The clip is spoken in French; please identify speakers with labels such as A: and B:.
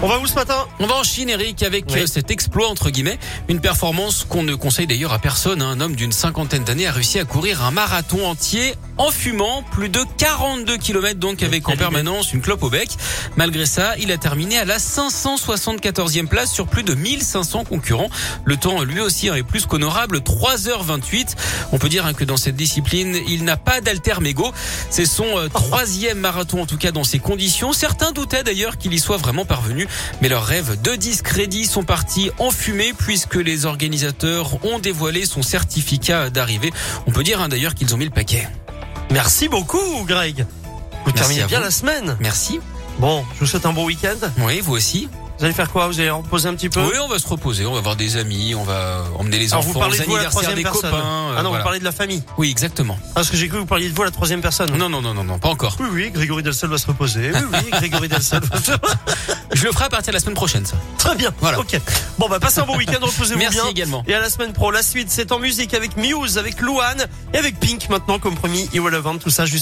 A: On va où ce matin
B: On va en Chine, Eric, avec
A: Oui.
B: euh, cet exploit, entre guillemets, une performance qu'on ne conseille d'ailleurs à personne. hein. Un homme d'une cinquantaine d'années a réussi à courir un marathon entier en fumant plus de 42 km, donc avec en permanence une clope au bec. Malgré ça, il a terminé à la 574e place sur plus de 1500 concurrents. Le temps, lui aussi, hein, est plus qu'honorable, 3h28. On peut dire hein, que dans cette discipline, il n'a pas d'alter mégo. C'est son euh, troisième marathon, en tout cas, dans ces conditions. Certains doutaient d'ailleurs qu'il y soit vraiment parvenu. Mais leurs rêves de discrédit sont partis en fumée puisque les organisateurs ont dévoilé son certificat d'arrivée. On peut dire hein, d'ailleurs qu'ils ont mis le paquet.
A: Merci beaucoup, Greg. Vous
B: Merci
A: terminez
B: à
A: bien
B: vous.
A: la semaine.
B: Merci.
A: Bon, je vous souhaite un bon week-end.
B: Oui, vous aussi.
A: Vous allez faire quoi Vous allez en reposer un petit peu
B: Oui, on va se reposer, on va voir des amis, on va emmener les
A: Hein Alors, vous
B: enfants,
A: parlez
B: les
A: de vous à la
B: anniversaires
A: troisième
B: des
A: personne.
B: copains. euh,
A: ah non,
B: voilà.
A: vous parlez de la famille.
B: Oui, exactement.
A: Ah, Parce que j'ai cru que vous parliez de vous à la troisième personne.
B: Non, non, non, non, non, pas encore.
A: Oui, oui, Grégory Delsol va se reposer. Oui, oui, Grégory Delsol va se
B: Je le ferai à partir de la semaine prochaine, ça.
A: Très bien.
B: Voilà.
A: Ok. Bon, bah, passez un bon week-end, reposez-vous
B: Merci
A: bien.
B: également.
A: Et à la semaine pro. La suite, c'est en musique avec Muse, avec Louane et avec Pink maintenant, comme promis, Irrelevant, tout ça juste